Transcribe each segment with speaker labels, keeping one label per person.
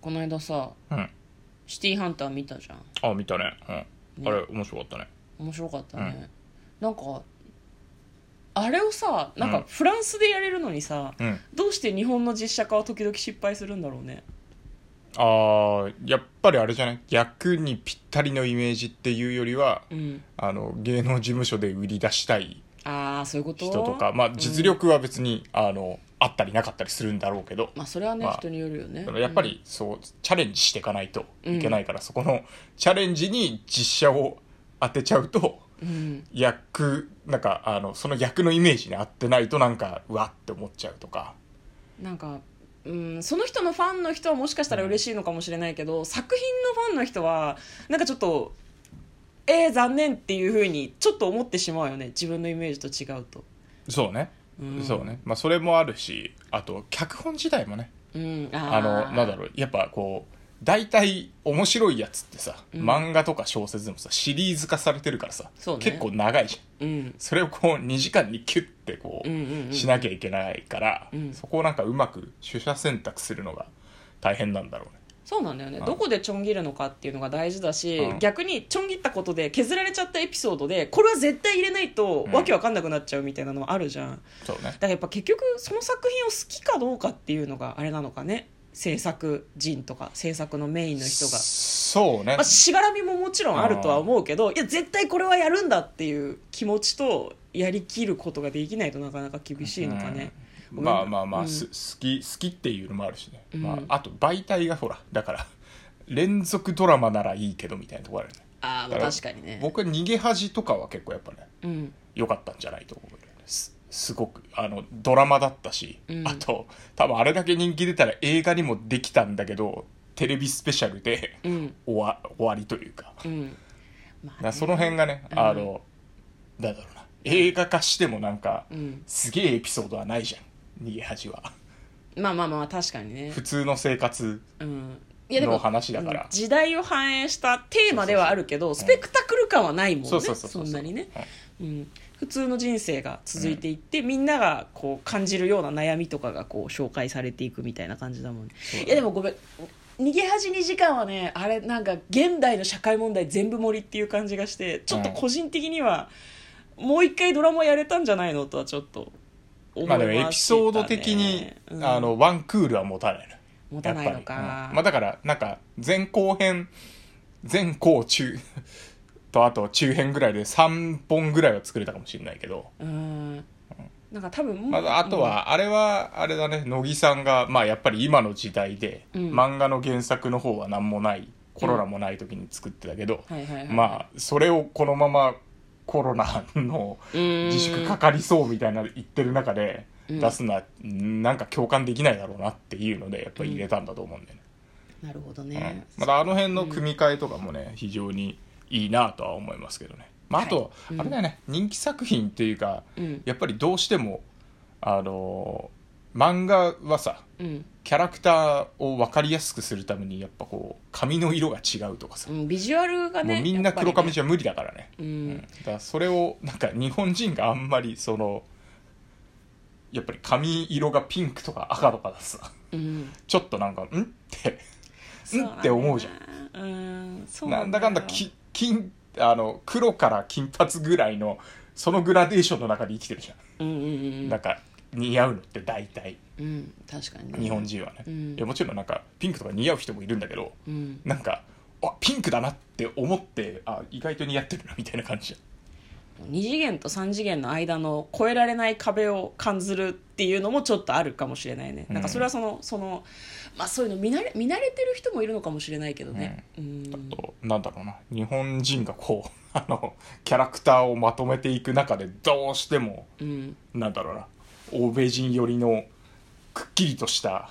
Speaker 1: この間さ
Speaker 2: うん
Speaker 1: シティーハンター見たじゃん
Speaker 2: あ見たね,、うん、
Speaker 1: ね
Speaker 2: あれ面白かったね
Speaker 1: 面白かったね、なんかあれをさなんかフランスでやれるのにさ、
Speaker 2: うん
Speaker 1: どうして日本の実写化は時々失敗するんだろうね
Speaker 2: あーやっぱりあれじゃない逆にぴったりのイメージっていうよりは
Speaker 1: うん
Speaker 2: あの芸能事務所で売り出したい
Speaker 1: ああそういうこと
Speaker 2: 人とかまあ実
Speaker 1: うん
Speaker 2: 力は別に、あのあったりなかったりするんだろうけど、
Speaker 1: まあそれはね、
Speaker 2: まあ
Speaker 1: 人によるよね
Speaker 2: だからやっぱりそうチャレンジしていかないといけないから、そこのチャレンジに実写を当てちゃうと
Speaker 1: うん、うん
Speaker 2: 役なんかあのその役のイメージに合ってないとなんかうわって思っちゃうとか
Speaker 1: なんか、うん、その人のファンの人はもしかしたら嬉しいのかもしれないけど、作品のファンの人はなんかちょっとえー、残念っていうふうにちょっと思ってしまうよね自分のイメージと違うと、
Speaker 2: そうね、
Speaker 1: うん
Speaker 2: そうねまあそれもあるしあと脚本自体もね
Speaker 1: うん、あー
Speaker 2: あのなんだろうやっぱこう大体面白いやつってさ、
Speaker 1: うん
Speaker 2: 漫画とか小説でもさシリーズ化されてるからさ、
Speaker 1: そうね
Speaker 2: 結構長いじゃん
Speaker 1: うん、
Speaker 2: それをこう2時間にキュッてこう,、
Speaker 1: うんうんうん
Speaker 2: しなきゃいけないから、
Speaker 1: うん
Speaker 2: そこをなんかうまく取捨選択するのが大変なんだろうね
Speaker 1: そうなんだよね、
Speaker 2: うん
Speaker 1: どこでちょん切るのかっていうのが大事だし、
Speaker 2: うん
Speaker 1: 逆にちょん切ったことで削られちゃったエピソードでこれは絶対入れないと
Speaker 2: うん
Speaker 1: わけわかんなくなっちゃうみたいなのはあるじゃん、だか
Speaker 2: そうね
Speaker 1: らやっぱ結局その作品を好きかどうかっていうのがあれなのかね制作人とか制作のメインの人が、
Speaker 2: そうね
Speaker 1: まあ、しがらみももちろんあるとは思うけどいや絶対これはやるんだっていう気持ちとやりきることができないとなかなか厳しいのかね、
Speaker 2: うんまあまあまあ、
Speaker 1: うん
Speaker 2: す好き好きっていうのもあるしね、
Speaker 1: うん
Speaker 2: まあ、あと媒体がほらだから連続ドラマならいいけどみたいなところあるよね
Speaker 1: ああまあ確かにね、
Speaker 2: 僕は逃げ恥とかは結構やっぱね
Speaker 1: うん、
Speaker 2: 良かったんじゃないと思うよねすすごくあのドラマだったし、
Speaker 1: うん
Speaker 2: あと多分あれだけ人気出たら映画にもできたんだけどテレビスペシャルで
Speaker 1: うん
Speaker 2: 終わ終わりというか
Speaker 1: うんまあ
Speaker 2: だからその辺がね
Speaker 1: うん
Speaker 2: あの、なんだろうな映画化してもなんか、
Speaker 1: うん
Speaker 2: すげえエピソードはないじゃん逃げ恥は
Speaker 1: まあまあまあ確かにね
Speaker 2: 普通の生活
Speaker 1: うんいやでも
Speaker 2: の話だから
Speaker 1: うん時代を反映したテーマではあるけどスペクタクル感はないもん
Speaker 2: そ
Speaker 1: ね
Speaker 2: うそうそう
Speaker 1: そ
Speaker 2: うん
Speaker 1: なにね、
Speaker 2: うん
Speaker 1: うん、普通の人生が続いていって、みんながこう感じるような悩みとかがこう紹介されていくみたいな感じだもんね
Speaker 2: うだね
Speaker 1: いやでもごめん逃げ恥2時間はねあれなんか現代の社会問題全部盛りっていう感じがしてちょっと個人的にはもう一回ドラマやれたんじゃないのとはちょっと思い
Speaker 2: まあ
Speaker 1: ま
Speaker 2: でも
Speaker 1: したね
Speaker 2: エピソード的に、
Speaker 1: うん
Speaker 2: あのワンクールは持たないの
Speaker 1: 持たないのか
Speaker 2: やっぱりうんまあだからなんか前後編前後中とあと中編ぐらいで3本ぐらいは作れたかもしれないけど、
Speaker 1: うんなんか多分
Speaker 2: まあ、あと、はあれはあれだね乃木さんがまあやっぱり今の時代で、
Speaker 1: うん
Speaker 2: 漫画の原作の方は何もないコロナもない時に作ってたけど、
Speaker 1: うんはいはいはい、
Speaker 2: まあそれをこのままコロナの自
Speaker 1: 自
Speaker 2: 粛かかりそうみたいな言ってる中で
Speaker 1: うん
Speaker 2: 出すのはなんか共感できないだろうなっていうのでやっぱり入れたんだと思うんだよね、
Speaker 1: なるほど
Speaker 2: うん
Speaker 1: ね、
Speaker 2: まだあの辺の組み替えとかもね非常にいいなとは思いますけどね、まあ、あと、
Speaker 1: はいうん
Speaker 2: あれだよね人気作品っていうか
Speaker 1: うん
Speaker 2: やっぱりどうしてもあの漫画はさ
Speaker 1: うん
Speaker 2: キャラクターを分かりやすくするためにやっぱこう髪の色が違うとかさ、
Speaker 1: うんビジュアルがね
Speaker 2: もうみんな黒髪じ
Speaker 1: ゃ
Speaker 2: ゃ無理だからね
Speaker 1: う
Speaker 2: うん、
Speaker 1: ん
Speaker 2: だからそれをなんか日本人があんまりそのやっぱり髪色がピンクとか赤とかだとさ
Speaker 1: うん
Speaker 2: ちょっとなんかんって
Speaker 1: そうなんだよな
Speaker 2: って思うじ
Speaker 1: うんそう
Speaker 2: なんだ
Speaker 1: よ
Speaker 2: かんだき金あの黒から金髪ぐらいのそのグラデーションの中で生きてるじゃ
Speaker 1: うんうん
Speaker 2: ん、
Speaker 1: うん
Speaker 2: なんか似合うのって大体
Speaker 1: うん確かにね
Speaker 2: 日本人はね、
Speaker 1: うん
Speaker 2: いやもちろんなんかピンクとか似合う人もいるんだけど
Speaker 1: うん
Speaker 2: なんかあピンクだなって思ってあ意外と似合ってるなみたいな感じじゃん
Speaker 1: 2次元と3次元の間の越えられない壁を感じるっていうのもちょっとあるかもしれないね、なんかそれはそのその、まあ、そういうの見慣れ見慣れてる人もいるのかもしれないけどね、うん
Speaker 2: あとなんだろうな日本人がこう あのキャラクターをまとめていく中でどうしても
Speaker 1: うん、
Speaker 2: なんだろうな欧米人寄りのくっきりとした、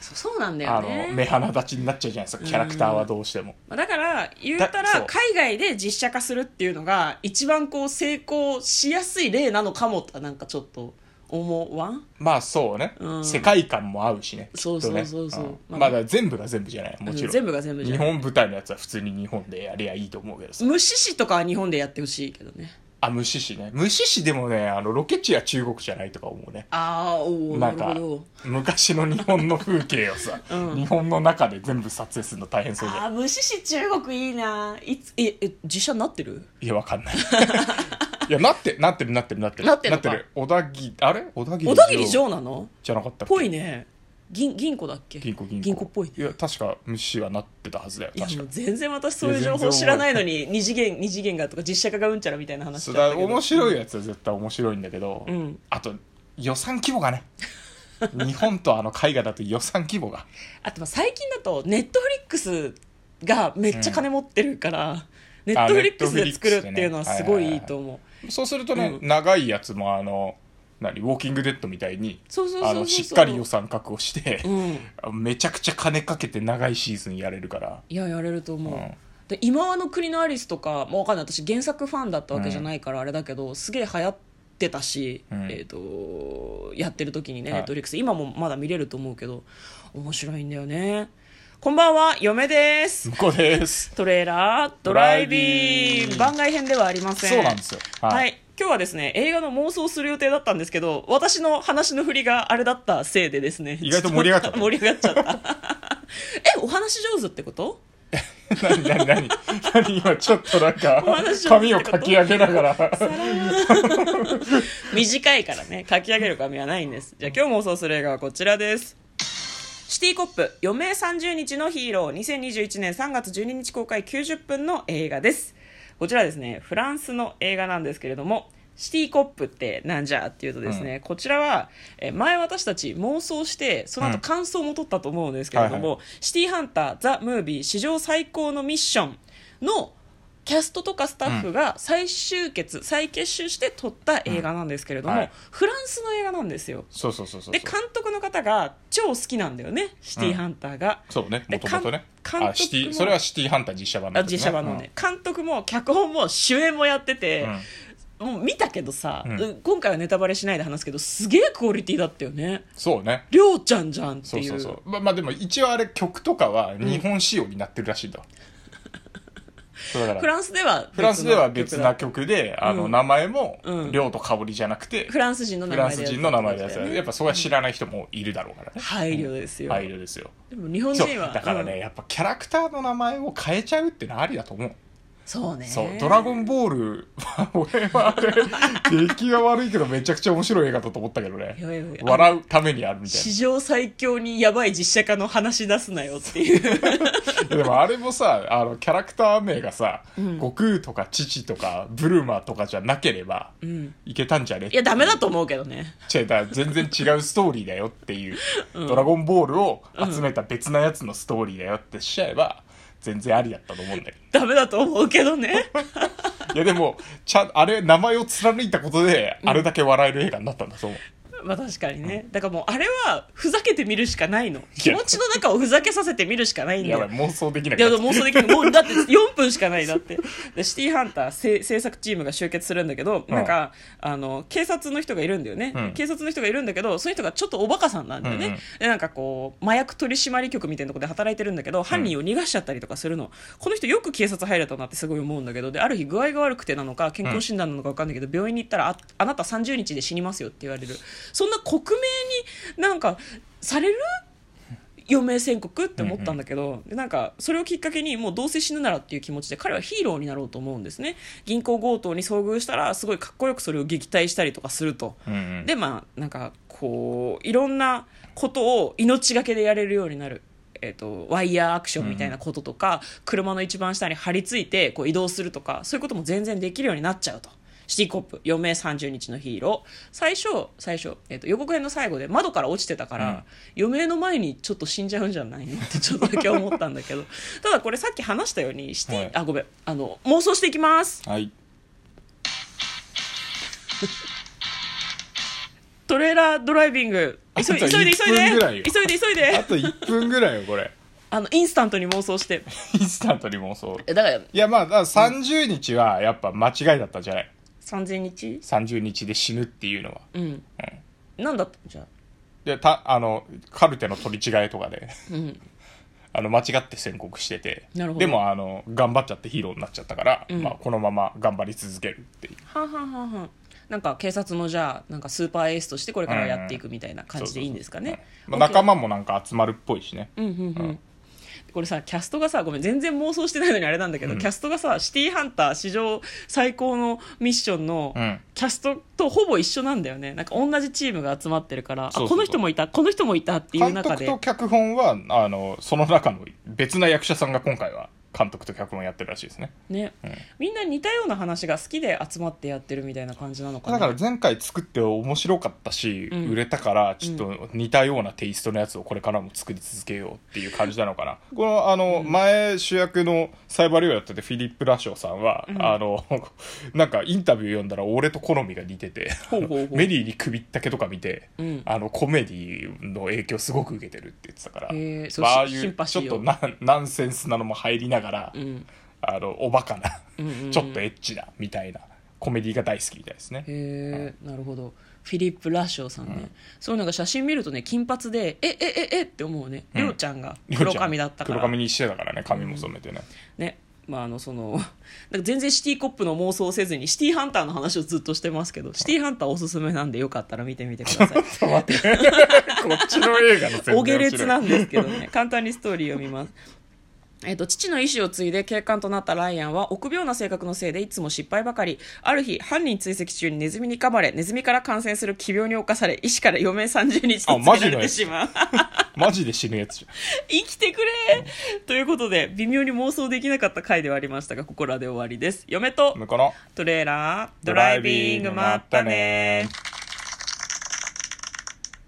Speaker 1: そそうなんだよ
Speaker 2: あ
Speaker 1: ね
Speaker 2: の目鼻立ちになっちゃうじゃないですかキャラクターはどうしても、
Speaker 1: まあだから言うた
Speaker 2: だそ
Speaker 1: ら
Speaker 2: う
Speaker 1: 海外で実写化するっていうのが一番こう成功しやすい例なのかもとはなんかちょっと思わん
Speaker 2: まあそうね、
Speaker 1: うん
Speaker 2: 世界観も合うしねきっとね
Speaker 1: そうそうそうそうん
Speaker 2: ま
Speaker 1: まあ
Speaker 2: あだから全部が全部じゃないもちろん、
Speaker 1: うん全部が全部じゃ
Speaker 2: 日
Speaker 1: ない
Speaker 2: 本舞台のやつは普通に日本でやりゃいいと思うけどさ
Speaker 1: 無視しとかは日本でやってほしいけどね
Speaker 2: あ、無視市ね。無視市でもね、あの、ロケ地は中国じゃないとか思うね。
Speaker 1: ああおお
Speaker 2: な
Speaker 1: なんるほ
Speaker 2: か
Speaker 1: ど、
Speaker 2: 昔の日本の風景をさ、
Speaker 1: うん
Speaker 2: 日本の中で全部撮影するの大変そうじ
Speaker 1: あ
Speaker 2: ゃ
Speaker 1: あ無視し中国いいないつええ自社になってる
Speaker 2: ん。いや、わかんない。 いや、なって、なってる、なってる、なってる。
Speaker 1: なってんのか
Speaker 2: 小田切、あれ小田切
Speaker 1: 小田切城なの
Speaker 2: じゃなかったっけ
Speaker 1: ぽいね銀銀行だっけ
Speaker 2: 銀行、銀行。
Speaker 1: 銀行っぽいね
Speaker 2: いや、確か無視市はなってたはずだよ、
Speaker 1: いや
Speaker 2: 確
Speaker 1: もう。
Speaker 2: か
Speaker 1: 全然私そういう情報知らないのに二次元二次元がとか実写化がうんちゃらみたいな話
Speaker 2: そ
Speaker 1: だ
Speaker 2: う
Speaker 1: った
Speaker 2: だ
Speaker 1: けど
Speaker 2: 面白いやつは絶対面白いんだけど、
Speaker 1: うん
Speaker 2: あと予算規模 がね日本とあの絵画だと予算規模が
Speaker 1: あとまあ最近だとネットフリックスがめっちゃ金持ってるから、ネットフリックスで作るっていうのはすごいいいと思う、
Speaker 2: そうするとね、
Speaker 1: う
Speaker 2: 長いやつもあの何ウォーキングデッドみたいに
Speaker 1: そうそうそう
Speaker 2: あ
Speaker 1: そう
Speaker 2: のしっかり予算確保して
Speaker 1: う、ん
Speaker 2: めちゃくちゃ金かけて長いシーズンやれるから、
Speaker 1: いややれると思う、
Speaker 2: うん
Speaker 1: で今和の国のアリスとかもうわかんない私原作ファンだったわけじゃないからあれだけど、すげえ流行ってたし、
Speaker 2: うん
Speaker 1: えー、とやってる時にね、
Speaker 2: は
Speaker 1: ネ
Speaker 2: い
Speaker 1: ットリックス今もまだ見れると思うけど面白いんだよねこんばんは嫁です
Speaker 2: 向こうです
Speaker 1: トレーラードライビング
Speaker 2: ドライビング
Speaker 1: 番外編ではありません
Speaker 2: そうなんですよ
Speaker 1: はい、今日はですね映画の妄想する予定だったんですけど私の話の振りがあれだったせいでですね
Speaker 2: 意外と盛り上がっちゃった
Speaker 1: 盛り上 がっちゃった えお話上手ってこと
Speaker 2: 何 何何何今ちょっとなんか
Speaker 1: お話しよう
Speaker 2: 髪をかき上げなが ら
Speaker 1: 短いからね書き上げる紙はないんですじゃあ今日妄想する映画はこちらですシティコップ余命30日のヒーロー2021年3月12日公開90分の映画ですこちらですねフランスの映画なんですけれどもシティコップってなんじゃっていうとですね、こちらはえー前私たち妄想してその
Speaker 2: う
Speaker 1: 後
Speaker 2: ん
Speaker 1: 感想も取ったと思うんですけれども、
Speaker 2: はいは
Speaker 1: シティハンターザ・ムービー史上最高のミッションのキャストとかスタッフが再集結、再結集して撮った映画なんですけれども、
Speaker 2: うんはい
Speaker 1: フランスの映画なんですよ
Speaker 2: そうそうそうそうそ
Speaker 1: で
Speaker 2: う
Speaker 1: 監督の方が超好きなんだよねシティハンターが、
Speaker 2: そうね
Speaker 1: で
Speaker 2: もともとね
Speaker 1: かん監督も
Speaker 2: あシティそれはシティハンター実写版
Speaker 1: あ
Speaker 2: だけどね
Speaker 1: 実写版のね、監督も脚本も主演もやって
Speaker 2: う
Speaker 1: て
Speaker 2: んう、ん
Speaker 1: もう見たけどさ、
Speaker 2: うん
Speaker 1: う今回はネタバレしないで話すけどすげえクオリティだったよね
Speaker 2: そうね
Speaker 1: りょうちゃんじゃんって
Speaker 2: そう
Speaker 1: いう
Speaker 2: そうそうままあでも一応あれ曲とかは日本仕様になってるらしいんだわ、そうだか
Speaker 1: フ
Speaker 2: ら
Speaker 1: ランスでは
Speaker 2: フランスでは別
Speaker 1: だ
Speaker 2: な曲であの
Speaker 1: うん
Speaker 2: 名前も
Speaker 1: うん
Speaker 2: 亮と香織じゃなくて
Speaker 1: フランス人の
Speaker 2: フ
Speaker 1: 名
Speaker 2: ラ
Speaker 1: 前
Speaker 2: ンス
Speaker 1: でやってる
Speaker 2: 人の名前でやつ
Speaker 1: だよね
Speaker 2: やっぱそれは知らない人もいるだろうからね
Speaker 1: 配慮ですよ、
Speaker 2: 配慮ですよ
Speaker 1: でも日本
Speaker 2: そう
Speaker 1: 人は
Speaker 2: だからね、
Speaker 1: うん
Speaker 2: やっぱキャラクターの名前を変えちゃうってのはありだと思う
Speaker 1: そうね
Speaker 2: そう「ドラゴンボール」俺は あれ出来が悪いけどめちゃくちゃ面白い映画だと思ったけどね
Speaker 1: いやいやいや
Speaker 2: 笑うためにあるみたい
Speaker 1: 史上最強にやばい実写化の話し出すなよっていう
Speaker 2: ないや でもあれもさあのキャラクター名がさ、悟空とか父とかブルマとかじゃなければ、いけたんじゃね
Speaker 1: いやダメだと思うけどね
Speaker 2: 違うだから全然違うストーリーだよっていう「ドラゴンボール」を集めた別なやつのストーリーだよってしちゃえば全然ありだったと思うんだけど
Speaker 1: ダメだと思うけどね
Speaker 2: いやでもちゃんあれ名前を貫いたことであれだけ笑える映画になったんだと思う、
Speaker 1: まあ確かにねだからもうあれはふざけてみるしかないの気
Speaker 2: や
Speaker 1: 持ちの中をふざけさせてみるしかないんだ
Speaker 2: や
Speaker 1: よ
Speaker 2: ばい妄想できな
Speaker 1: い
Speaker 2: いか
Speaker 1: や
Speaker 2: ら
Speaker 1: でも妄想できるもうだって4分し かないだってでシティーハンターせ制作チームが集結するんだけど、
Speaker 2: うん
Speaker 1: なんかあの警察の人がいるんだよね、
Speaker 2: うん
Speaker 1: 警察の人がいるんだけどその人がちょっとおバカさんなんだよね、
Speaker 2: うんうん
Speaker 1: でなんかこう麻薬取締局みたいなとこで働いてるんだけど犯人を逃がしちゃったりとかするの、この人よく警察入れたなってすごい思うんだけどである日具合が悪くてなのか健康診断なのか分かんないけど、病院に行ったらああなた30日で死にますよって言われるそんな克明になんかされる余命宣告って思ったんだけど、でなんかそれをきっかけにもうどうせ死ぬならっていう気持ちで彼はヒーローになろうと思うんですね銀行強盗に遭遇したらすごいかっこよくそれを撃退したりとかすると、
Speaker 2: うんうん
Speaker 1: でまあなんかこういろんなことを命がけでやれるようになる。えっとワイヤーアクションみたいなこととか、車の一番下に張り付いてこう移動するとかそういうことも全然できるようになっちゃうとシティコップ余命30日のヒーロー最初最初、えっと予告編の最後で窓から落ちてたから、余命の前にちょっと死んじゃうんじゃないのって ちょっとだけ思ったんだけどただこれさっき話したようにシティ、
Speaker 2: はい
Speaker 1: あごめんあの妄想していきます
Speaker 2: はい
Speaker 1: トレーラードライビング急い急
Speaker 2: あと
Speaker 1: いで急いで
Speaker 2: 1分ぐらいよ
Speaker 1: 急いで急いで
Speaker 2: あと1分ぐらいよこれ
Speaker 1: あのインスタントに妄想して
Speaker 2: インスタントに妄想
Speaker 1: えだから
Speaker 2: いやまあだから30日はやっぱ間違いだったんじゃない
Speaker 1: 3000日
Speaker 2: 30日で死ぬっていうのは
Speaker 1: うん、なんだったじゃあ
Speaker 2: でたあのカルテの取り違えとかで
Speaker 1: うん
Speaker 2: あの間違って宣告してて
Speaker 1: なるほど
Speaker 2: でもあの頑張っちゃってヒーローになっちゃったから、
Speaker 1: うん
Speaker 2: まあ、このまま頑張り続けるっていう
Speaker 1: はんはんはんはんなんか警察のじゃあなんかスーパーエースとしてこれからやっていくみたいな感じでいいんですかね
Speaker 2: そうそうそうまあ、仲間もなんか集まるっぽいしね
Speaker 1: うんうんうん
Speaker 2: うん
Speaker 1: これさキャストがさごめん全然妄想してないのにあれなんだけど、
Speaker 2: うん
Speaker 1: キャストがさシティーハンター史上最高のミッションの
Speaker 2: うん
Speaker 1: キャストとほぼ一緒なんだよねなんか同じチームが集まってるから
Speaker 2: そうそうそう
Speaker 1: あこの人もいたこの人もいたっていう
Speaker 2: 監
Speaker 1: 中
Speaker 2: 督
Speaker 1: で
Speaker 2: と脚本はあのその中の別な役者さんが今回は監督と脚本やってるらしいですね
Speaker 1: ね、
Speaker 2: うん
Speaker 1: みんな似たような話が好きで集まってやってるみたいな感じなのかな
Speaker 2: だから前回作って面白かったし、
Speaker 1: うん
Speaker 2: 売れたからちょっと似たようなテイストのやつをこれからも作り続けようっていう感じなのかなこのあの前主役のサイバリオやっててフィリップ・ラショーさんは、
Speaker 1: うん
Speaker 2: あの なんかインタビュー読んだら俺と好みが似てて
Speaker 1: ほうほうほう
Speaker 2: メリーに首ったけとか見て、
Speaker 1: うん
Speaker 2: あのコメディの影響すごく受けてるって言ってたから、
Speaker 1: へーそう
Speaker 2: まあああい
Speaker 1: シン
Speaker 2: う
Speaker 1: パ
Speaker 2: ち
Speaker 1: シ
Speaker 2: ょ
Speaker 1: ー
Speaker 2: っ
Speaker 1: を
Speaker 2: とナンナンセンスなのも入りながら、
Speaker 1: うん
Speaker 2: あのおバカな、
Speaker 1: うんうんうん
Speaker 2: ちょっとエッチなみたいなコメディが大好きみたいですね。
Speaker 1: へえなるほどフィリップ・ラッショーさんね、そうなんか写真見るとね金髪でええええって思うね
Speaker 2: うん
Speaker 1: りょうちゃんが黒髪だったから
Speaker 2: 黒髪にしてたからね髪も染めてね、
Speaker 1: ねまああのその なんか全然シティコップの妄想をせずにシティハンターの話をずっとしてますけどシティハンターおすすめなんでよかったら見てみてください
Speaker 2: ちょっと待ってこっちの映画の宣 伝
Speaker 1: お下
Speaker 2: をし
Speaker 1: 劣
Speaker 2: ろ
Speaker 1: なんですけど ね簡単にストーリーを見ますえっと父の意思を継いで警官となったライアンは臆病な性格のせいでいつも失敗ばかりある日犯人追跡中にネズミに噛まれネズミから感染する奇病に侵され医師から余命30日と
Speaker 2: あマ
Speaker 1: 告
Speaker 2: ジ
Speaker 1: げ
Speaker 2: の
Speaker 1: られ
Speaker 2: や
Speaker 1: て
Speaker 2: つ
Speaker 1: しまう
Speaker 2: マジで死ぬやつじ
Speaker 1: 生きてくれということで微妙に妄想できなかった回ではありましたがここらで終わりです嫁と
Speaker 2: ゃんこの
Speaker 1: トレーラードライビングまったね